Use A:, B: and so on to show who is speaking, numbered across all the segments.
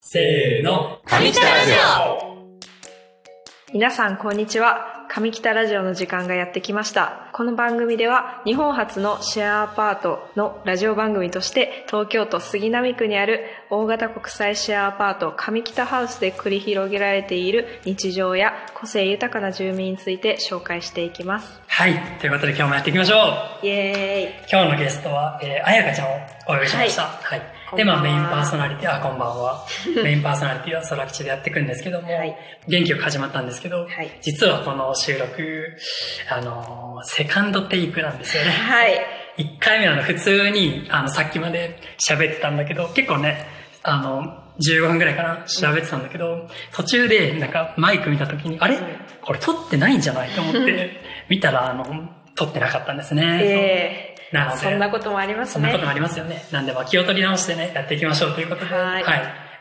A: せーの。
B: 上北ラジ
C: 皆さんこんにちは上北ラジオの時間がやってきましたこの番組では日本初のシェアアパートのラジオ番組として東京都杉並区にある大型国際シェアアパート上北ハウスで繰り広げられている日常や個性豊かな住民について紹介していきます
A: はい。ということで今日もやっていきましょう。
C: イエーイ
A: 今日のゲストは、えー、あやかちゃんをお呼びしました。はい。
C: こんばんは
A: で、まあメインパーソナリティ、あ、こんばん は。メインパーソナリティは空吉でやっていくんですけども、
C: はい
A: 元気よく始まったんですけど、
C: はい
A: 実はこの収録、あのーセカンドテイクなんですよね。
C: はい
A: 1回目はあの普通にあのさっきまで喋ってたんだけど結構ねあの15分ぐらいかな喋ってたんだけど途中でなんかマイク見た時にあれ
C: うん
A: これ撮ってないんじゃないと思って見たらあの撮ってなかったんですね、
C: え
A: そうなの
C: ー、
A: で
C: そんなこともあります
A: そんな
C: ね
A: こともありますよねなんでまあ気を取り直してねやっていきましょうということで
C: はい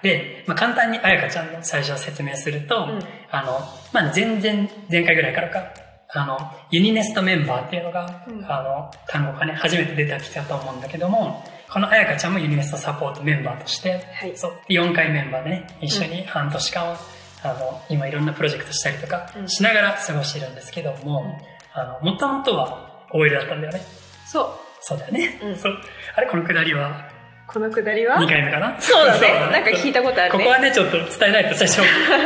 A: で、まあ、簡単にあやかちゃんの最初を説明すると、
C: うん
A: あの、まあ、前々、前回ぐらいからか、あの、ユニネストメンバーっていうのが、
C: うん
A: あの、単語がね、初めて出てきたと思うんだけども、このあやかちゃんもユニネストサポートメンバーとして、
C: はい
A: そう、4回メンバーでね、一緒に半年間、あの、今いろんなプロジェクトしたりとか
C: うん
A: しながら過ごしてるんですけども、あの、もともとは OL だったんだよね。
C: そう
A: そうだよね。
C: うん
A: そう。あれ、このくだりは
C: このくだりは
A: 2回目かな
C: そうだねなんか聞いたことある
A: こ
C: ね
A: こはね、ちょっと伝えないと最 初、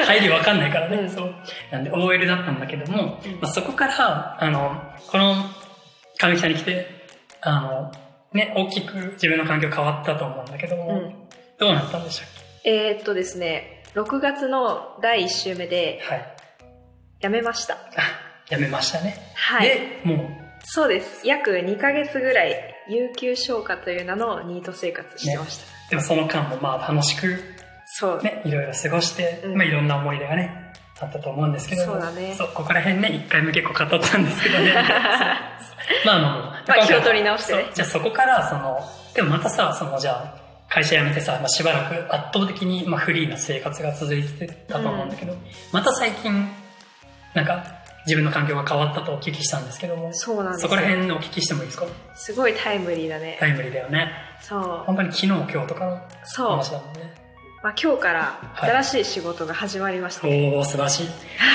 A: 入りわかんないからね。
C: うん
A: そう。なんで、OL だったんだけども、
C: うん
A: まあ、そこから、あの、この、上北に来て、あの、ね、大きく自分の環境変わったと思うんだけども、
C: うん
A: どうなったんでしょう
C: えー、っとですね6月の第1週目で
A: はい。
C: 辞めました
A: あ、やめましたね。
C: はい
A: で、もう、
C: そうです約2ヶ月ぐらい有給消化という名のニート生活してました、
A: でもその間もまあ楽しく、
C: そう、
A: ね、いろいろ過ごして、
C: うん
A: まあいろんな思い出がね、あったと思うんですけども
C: そうだね
A: そう、ここら辺ね、一回も結構語ったんですけど ね。そうまあまあ、
C: まあ気を取
A: り
C: り直してね
A: じゃあそこから、その、でもまたさ、そのじゃあ、会社辞めてさ、まあ、しばらく圧倒的に、まあ、フリーな生活が続いてたと思うんだけど、また最近、なんか、自分の環境が変わったとお聞きしたんですけども、そ
C: そうなんですよ
A: こら辺お聞きしてもいいですか
C: すごいタイムリーだね、
A: タイムリーだよね。
C: そう
A: 本当に昨日、今日とかの
C: そう
A: 話、だもんね。
C: まあ、今日から
A: はい
C: 新しい仕事が始まりました、
A: おー、素晴らしい。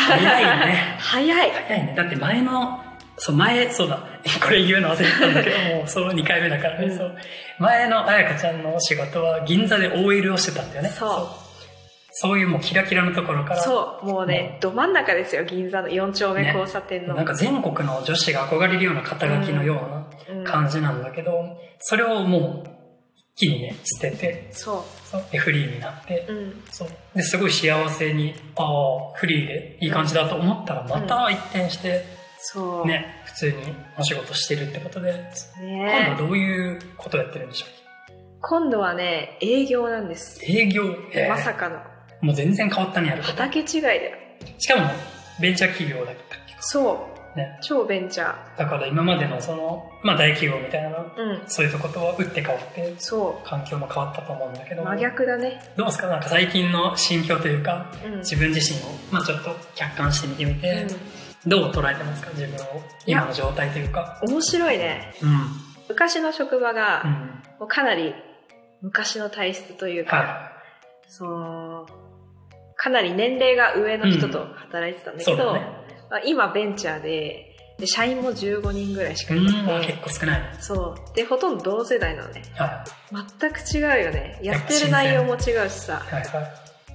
A: 早いね。
C: 早い
A: 早いねだって前のそう前そうだ これ言うの忘れてたんだけ どもうそう2回目だからね、
C: うん
A: そう前の彩香ちゃんの仕事は銀座で OL をしてたんだよね
C: そう
A: そういうもうキラキラのところから
C: そうもうね、ど真ん中ですよ銀座の4丁目
A: ね
C: 交差点の、
A: なんか全国の女子が憧れるような肩書きのよう
C: うん
A: な感じなんだけど、それをもう一気にね捨てて
C: そ
A: そうでフリーになって、
C: ううん
A: そうですごい幸せにああフリーでいい感じだと思ったらまた一転して、
C: そうね
A: ね普通にお仕事してるってことで今度はどういうことやってるんでしょう
C: 今度はね営業なんです
A: 営業、えー
C: まさかの
A: もう全然変わったねやること
C: 畑違いだよ
A: しかもベンチャー企業だったっ
C: そう、
A: ね
C: 超ベンチャー
A: けだから今までのその、まあ、大企業みたいな
C: うん
A: そういうとことは打って変わって
C: そ
A: 環境も変わったと思うんだけ
C: う
A: ど
C: 真逆だね、
A: どうですかなんか最近の心境というか
C: うん、
A: 自分自身を、まあ、ちょっと客観して見てみて、どう捉えてますか自分を
C: いや
A: 今の状態というか
C: うん面白いね
A: うん、うん、
C: 昔の職場が
A: は
C: もうかなり昔の体質という
A: い
C: か、そのかなり年齢が上の人と働いてたんだ
A: そ
C: け
A: う
C: ど、
A: だね
C: まあ今ベンチャーでで社員も15人ぐらいし
A: う
C: かい
A: ん
C: なくて
A: 結構少ないね
C: そうでほとんど同世代なのね
A: は
C: 全く違うよねやって
A: 新鮮
C: る内容も違うしさ
A: いはいはい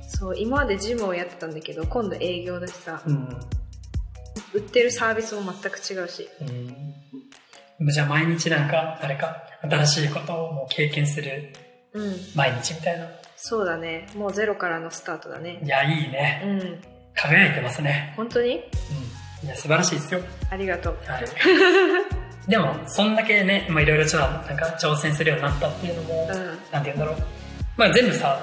C: そう今までジムをやってたんだけど今度営業だしさ
A: うん
C: 売ってるサービスも全く違うし
A: うん、じゃあ毎日なんか誰か新しいことをもう経験する
C: うん
A: 毎日みたいな
C: そうだねもうゼロからのスタートだね
A: いやいいうね
C: ん
A: 輝いてますね、
C: 本当に
A: うん、いや素晴らしいですよ、
C: ありがとう
A: はい、 でもそんだけねまあいろいろちょっとなんか挑戦するようになったっていうのも、
C: うん
A: なんて言うんだろう、まあ、全部さ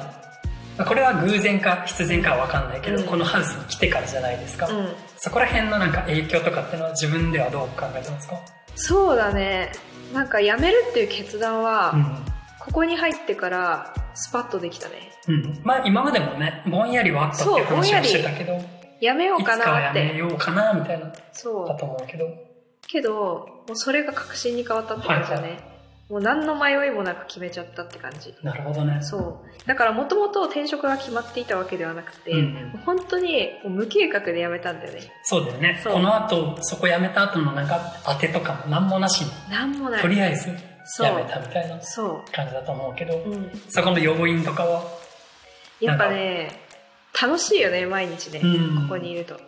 A: まあこれは偶然か必然かは分かんないけど、
C: うん
A: このハウスに来てからじゃないですか、
C: うん
A: そこら辺のなんか影響とかっていうのは自分ではどう考えてますか、
C: そうだねなんか辞めるっていう決断は、
A: うん
C: ここに入ってからスパッとできたね
A: うん、まあ今までもねぼんやりはあったっていう
C: そうぼん
A: 話
C: や
A: を
C: り
A: してたけどい
C: 辞めよう
A: つ
C: か
A: かは
C: な
A: や
C: っ
A: め
C: て
A: ようかなみたいな
C: そ
A: だ
C: う
A: と思うけど
C: けどもうそれが確信に変わったって感じだね、
A: は
C: もう何の迷いもなく決めちゃったって感じ。
A: なるほどね。
C: そう。だからもともと転職が決まっていたわけではなくて、
A: うんうん
C: 本当にもう無計画で辞めたんだよね。
A: そうだよね。
C: そう
A: この後、そこ辞めた後のなんか、当てとかも何もなしに、
C: なんもない。
A: とりあえず辞
C: そう
A: めたみたいな
C: そ
A: 感じだと思うけど
C: う。、うん。
A: そこの要因とかは、
C: やっぱね、楽しいよね、毎日ね。
A: うん
C: ここにいると。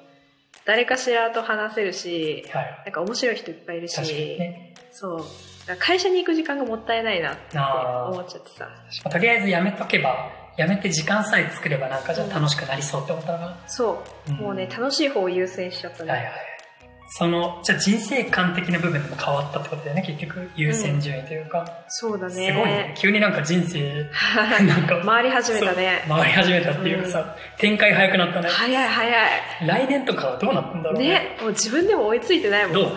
C: 誰かしらと話せるし、
A: はい。
C: なんか面白い人いっぱいいるし、
A: 確かにね。
C: そう。だから会社に行く時間がもったいないなって
A: あー
C: 思っちゃってさ。
A: まあとりあえず辞めとけば、辞めて時間さえ作ればなんかじゃあ楽しくなりそうって思ったのかな。
C: そうう。
A: ん
C: もうね、楽しい方を優先しちゃったね。
A: はいはい。その、じゃあ人生観的な部分でも変わったってことだよね、結局。優先順位というか。
C: そうだね。
A: すごいね。急になんか人生、なんか、
C: 回り始めたね。
A: 回り始めたっていうかさ、展開早くなったね。
C: 早い早い。
A: 来年とかはどうなったんだろうね。
C: ね、もう自分でも追いついてないもん。
A: どう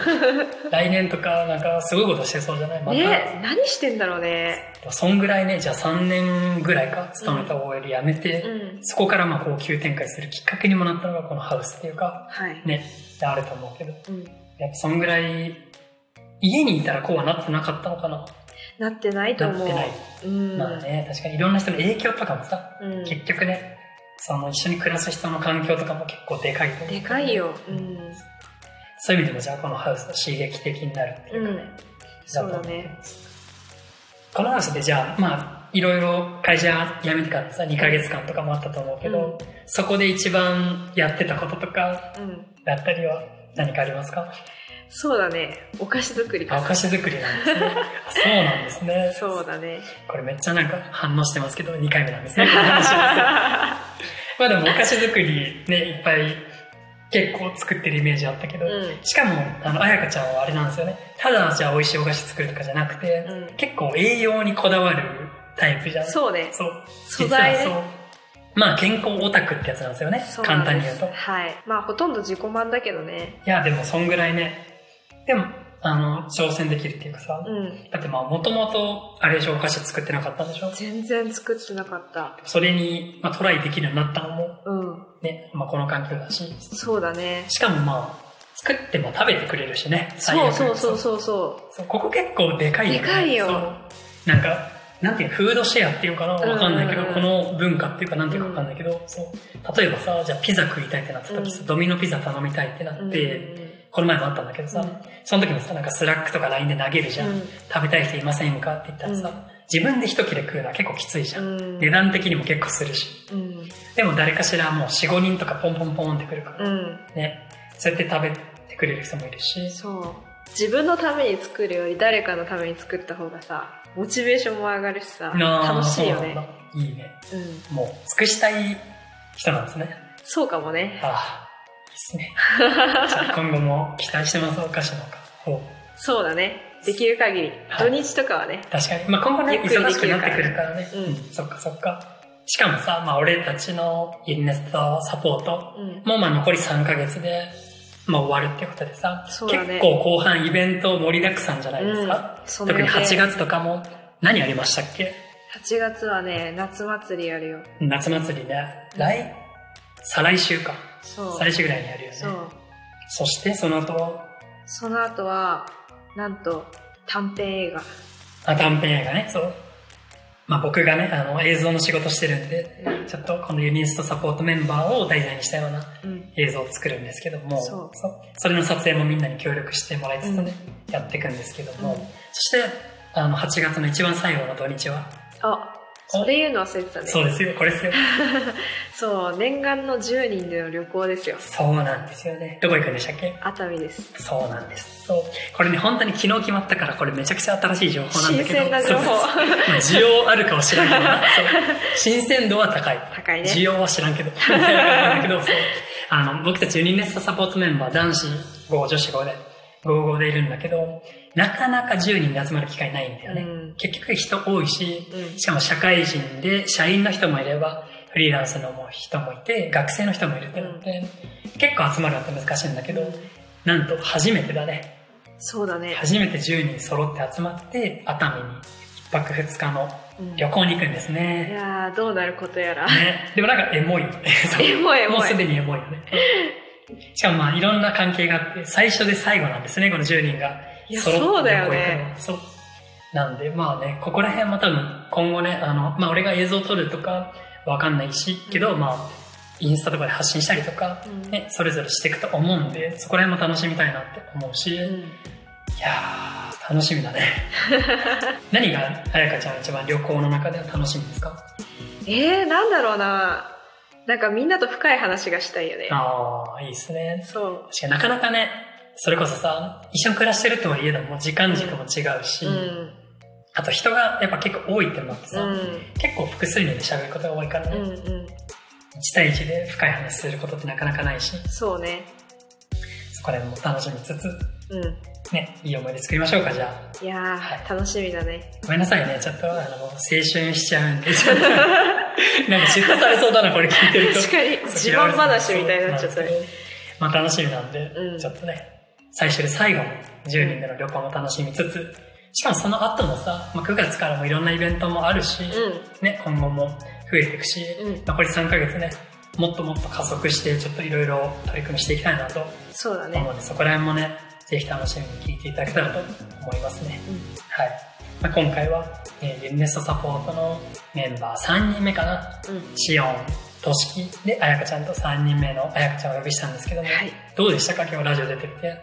A: 来年とか、なんかすごいことしてそうじゃないまた、
C: ね、何してんだろうね。
A: そんぐらいね、じゃあ3年ぐらいか、勤めた OL 辞めて、
C: うん。
A: そこからまあこう急展開するきっかけにもなったのがこのハウスっていうか、
C: はい。
A: ね、あると思うけど、
C: うん。
A: やっぱそんぐらい、家にいたらこうはなってなかったのかな
C: なってないと
A: なっ
C: 思う。
A: てない。
C: うん。
A: まあね、確かにいろんな人の影響とかもさ、
C: うん。
A: 結局ね、その一緒に暮らす人の環境とかも結構でかいと思う
C: でかい。よ。うん。
A: そういう意味でもじゃあこのハウスは刺激的になるっていううかね。
C: ん。そうだね。
A: この話でじゃあまあいろいろ会社辞めてからさ2ヶ月間とかもあったと思うけど、そこで一番やってたこととか
C: うん。
A: だったりは何かありますか
C: そうだね。お菓子作り
A: あお
C: か。
A: 菓子作りなんですねあそうなんですね
C: そうだね。
A: これめっちゃなんか反応してますけど2回目なんですねこ の話はまあでもお菓子作りねいっぱい結構作ってるイメージあったけど、
C: うん。
A: しかもあの彩香ちゃんはあれなんですよねただじゃあ美味しいお菓子作るとかじゃなくて、
C: うん。
A: 結構栄養にこだわるタイプじゃん
C: そうね。
A: そう。
C: 素材ね
A: 実はそう。まあ、健康オタクってやつなんですよね。
C: そうな
A: 簡
C: んです
A: 単に言うと。い
C: はい。まあ、ほとんど自己満だけどね。
A: や、でも、そんぐらいね。でも、あの、挑戦できるっていうかさ。
C: うん。
A: だってまあ、もともと、あれでしょ、お菓子作ってなかったんでしょ
C: 全然作ってなかった。
A: それに、まあ、トライできるようになったのも、
C: うん。
A: ね、まあ、この環境だし。
C: そうだね。
A: しかもまあ、作っても食べてくれるしね。最
C: そう
A: 悪
C: そうそうそうそ
A: そうここ結構でかいよね。
C: でかいよ
A: そう。なんか、なんていうのフードシェアっていうのかなわかんないけど、
C: うんうん
A: この文化っていうかなんていうかわかんないけど、そう。例えばさ、じゃあピザ食いたいってなった時さ、
C: うん
A: ドミノピザ頼みたいってな
C: う。うん
A: って、この前もあったんだけどさ、
C: うん
A: その時もさ、なんかスラックとか LINE で投げるじゃん。食べたい人いませんかって言ったらさ、
C: うん
A: 自分で一切れ食うのは結構きついじゃ。
C: うんん。
A: 値段的にも結構するし。
C: うん。
A: でも誰かしらもう4、5人とかポンポンポンってくるから、
C: うん。
A: ね。そうやって食べてくれる人もいるし、
C: そう自分のために作るより誰かのために作った方がさモチベーションも上がるしさ
A: なあ
C: 楽しいよ
A: そうなん
C: ね
A: だいいね。
C: そう,、ん、
A: もう尽くしたい人なんですね。
C: そうかもね
A: ああ、いいです ね。じゃあ今後も期待してます、お菓子の方。
C: そうだねできる限り
A: は
C: 土
A: い
C: 日とかはね
A: 確かに。まあ今後ね
C: ゆ、っくり
A: 忙
C: で
A: し
C: き
A: くな
C: る
A: っ
C: か
A: て
C: ら
A: くるからね。
C: うん
A: そっかそっか。しかもさ、まあ俺たちのインネストサポート
C: うん
A: もまあ残り3ヶ月で、まあ終わるってことでさ、
C: そうだね
A: 結構後半イベント盛りだくさんじゃないですか。
C: うんそんな
A: 特に
C: 予定
A: 8月とかも、何ありましたっけ
C: 8月はね夏祭りやるよ
A: 夏祭りね。来、再来週か。
C: そう
A: 再来週ぐらいにやるよね。
C: そう
A: そしてその後、
C: その後はなんと短編映画
A: あ短編映画ね、そう。まあ僕がね、あの映像の仕事してるんで、
C: うん
A: ちょっとこのユニストサポートメンバーを題材にしたような
C: うん
A: 映像を作るんですけども、
C: そう
A: それの撮影もみんなに協力してもらいつつね、やっていくんですけども、
C: うん
A: そして、あの、8月の一番最後の土日は、
C: あそれ言うの忘れてたね
A: そうですよ、これですよ。
C: そう念願の10人での旅行ですよ
A: そうなんですよね。どこ行くんでしたっけ
C: 熱海です
A: そうなんです。そう。これね、本当に昨日決まったから、これめちゃくちゃ新しい情報なんだ
C: 新
A: けど。
C: 鮮な情
A: そう
C: 報
A: そうまあ需要あるかもしれんけどな。そう新鮮度は高い。
C: 高いね
A: 需要は知らんけど。 だけど、そうあの、僕たちユニネストサポートメンバー、男子5、女子5で、5、5でいるんだけど、なかなか10人で集まる機会ないんだよね。
C: うん
A: 結局人多いし、
C: うん
A: しかも社会人で社員の人もいれば、フリーランスの人もいて、学生の人もいるってなって、結構集まるのって難しいんだけど、なんと初めてだね。
C: そうだね、
A: 初めて10人揃って集まって、熱海に1泊2日の
C: うん
A: 旅行に行くんです
C: い
A: ね。
C: やーどうなるこ とやら。
A: ねでもなんかエモいよね。そう
C: エモいエモい
A: もうすでにエモいよね。しかもまあいろんな関係があって、最初で最後なんですね、この10人が
C: いや
A: 揃って
C: そうだよ
A: 旅行行くの
C: ね
A: は。そう。なんで、まあね、ここら辺は多分今後ね、あの、まあ俺が映像を撮るとかわかんないし、けど、まあ、インスタとかで発信したりとか、
C: うん
A: ね、それぞれしていくと思うんで、そこら辺も楽しみたいなって思うし、
C: う
A: い
C: ん
A: やー、楽しみだ ね。何が彩香ちゃん一番旅行の中では楽しみですか
C: えー、なんだろうななんかみんなと深い話がしたいよね
A: ああ、いいですね。
C: そ
A: 確かになかなかね、それこそさ、一緒に暮らしてるとはいえども、時間軸も違うし、
C: ううん
A: あと人がやっぱ結構多いってのもあって
C: う
A: さ、
C: ん
A: 結構複数人で喋ることが多いからね、
C: うん
A: 1
C: うん
A: 対1で深い話することってなかなかないし、
C: そうね
A: そこら辺も楽しみつつ、
C: うん
A: ね、いい思い出作りましょうか、じゃあ。
C: いやー、
A: はい
C: 楽しみだね
A: ごめんなさいね、ちょっと、あの、青春しちゃうんで、 ちょっとなんか嫉妬されそうだな、これ聞いてると。
C: 確かに自慢話みたいになっちゃった
A: そう
C: ね
A: なんですけどまあ楽しみなんで、
C: うん
A: ちょっとね、最終で最後の10人での旅行も楽しみつつ、しかもその後もさ、まあ、9月からもいろんなイベントもあるし、ね、今後も増えていくし、
C: うんうん
A: 残り3ヶ月ね、もっともっと加速して、ちょっといろいろ取り組みしていきたいなと
C: そうだね
A: 思うので、そこら辺もね、ぜひ楽しみに聞いていただけたらと思いますね。
C: うん
A: はい。まあ、今回は、えーユネストサポートのメンバー3人目かな、
C: うん
A: シオン、としきで、あやかちゃんと3人目のあやかちゃんをお呼びしたんですけども、
C: はい
A: どうでしたか今日ラジオ出てみて。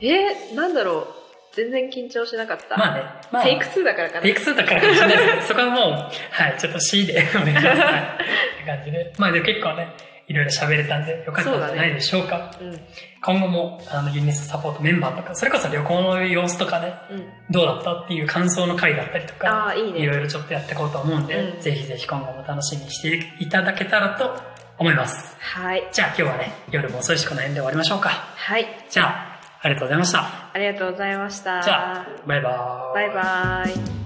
C: えー、なんだろう全然緊張しなかった、
A: まあね、まあ、
C: テイク2だからかな
A: テイク2だからかもしれないですね。そこはもう、はい、ちょっと C でお願いします。はいって感じ で。まあでも結構ね、いろいろ喋れたんで、よかったんじゃないでしょうか。
C: うん
A: 今後も、あの、ユニストサポートメンバーとか、それこそ旅行の様子とかね、
C: うん
A: どうだったっていう感想の回だったりとか、
C: ああいいね
A: いろいろちょっとやっていこうと思うんで、
C: うん
A: ぜひぜひ今後も楽しみにしていただけたらと思います。
C: はい
A: じゃあ今日はね、夜も遅いしこの辺で終わりましょうか。
C: はい
A: じゃあ、ありがとうございました。
C: ありがとうございました
A: じゃあ、バイバーイ。
C: バイバイ